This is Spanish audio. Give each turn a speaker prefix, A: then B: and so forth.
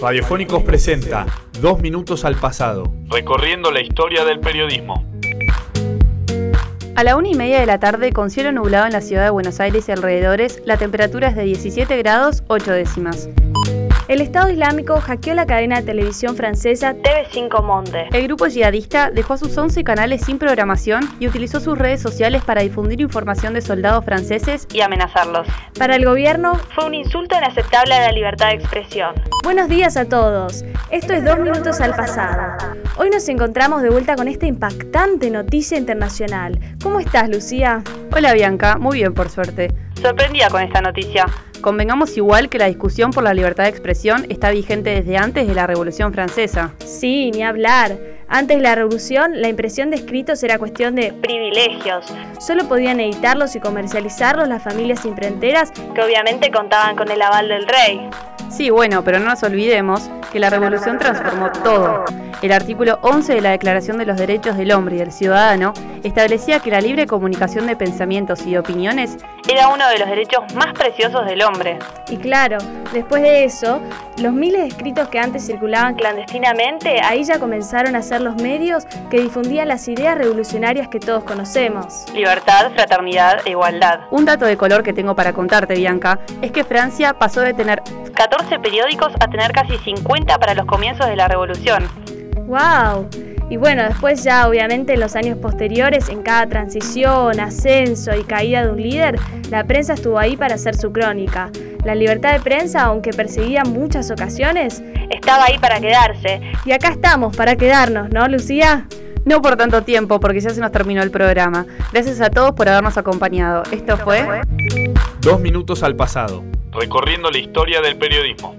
A: Radiofónicos presenta Dos Minutos al Pasado. Recorriendo la historia del periodismo.
B: A la una y media de la tarde, con cielo nublado en la ciudad de Buenos Aires y alrededores, la temperatura es de 17 grados 8 décimas.
C: El Estado Islámico hackeó la cadena de televisión francesa TV5 Monde.
B: El grupo yihadista dejó a sus 11 canales sin programación y utilizó sus redes sociales para difundir información de soldados franceses y amenazarlos.
C: Para el gobierno,
D: fue un insulto inaceptable a la libertad de expresión.
C: Buenos días a todos. Esto es Dos Minutos al Pasado. Hoy nos encontramos de vuelta con esta impactante noticia internacional. ¿Cómo estás, Lucía?
B: Hola, Bianca. Muy bien, por suerte.
D: Sorprendida con esta noticia.
B: Convengamos igual que la discusión por la libertad de expresión está vigente desde antes de la Revolución Francesa.
C: Sí, ni hablar. Antes de la revolución, la impresión de escritos era cuestión de
D: privilegios.
C: Solo podían editarlos y comercializarlos las familias imprenteras,
D: que obviamente contaban con el aval del rey.
B: Sí, bueno, pero no nos olvidemos que la revolución transformó todo. El artículo 11 de la Declaración de los Derechos del Hombre y del Ciudadano establecía que la libre comunicación de pensamientos y de opiniones
D: era uno de los derechos más preciosos del hombre.
C: Y claro, después de eso, los miles de escritos que antes circulaban clandestinamente, ahí ya comenzaron a ser los medios que difundían las ideas revolucionarias que todos conocemos.
D: Libertad, fraternidad e igualdad.
B: Un dato de color que tengo para contarte, Bianca, es que Francia pasó de tener
D: 14 periódicos a tener casi 50 para los comienzos de la revolución.
C: ¡Wow! Y bueno, después ya obviamente en los años posteriores, en cada transición, ascenso y caída de un líder, la prensa estuvo ahí para hacer su crónica. La libertad de prensa, aunque perseguida en muchas ocasiones,
D: estaba ahí para quedarse.
C: Y acá estamos, para quedarnos, ¿no, Lucía?
B: No por tanto tiempo, porque ya se nos terminó el programa. Gracias a todos por habernos acompañado. Esto fue...
A: Dos minutos al pasado. Recorriendo la historia del periodismo.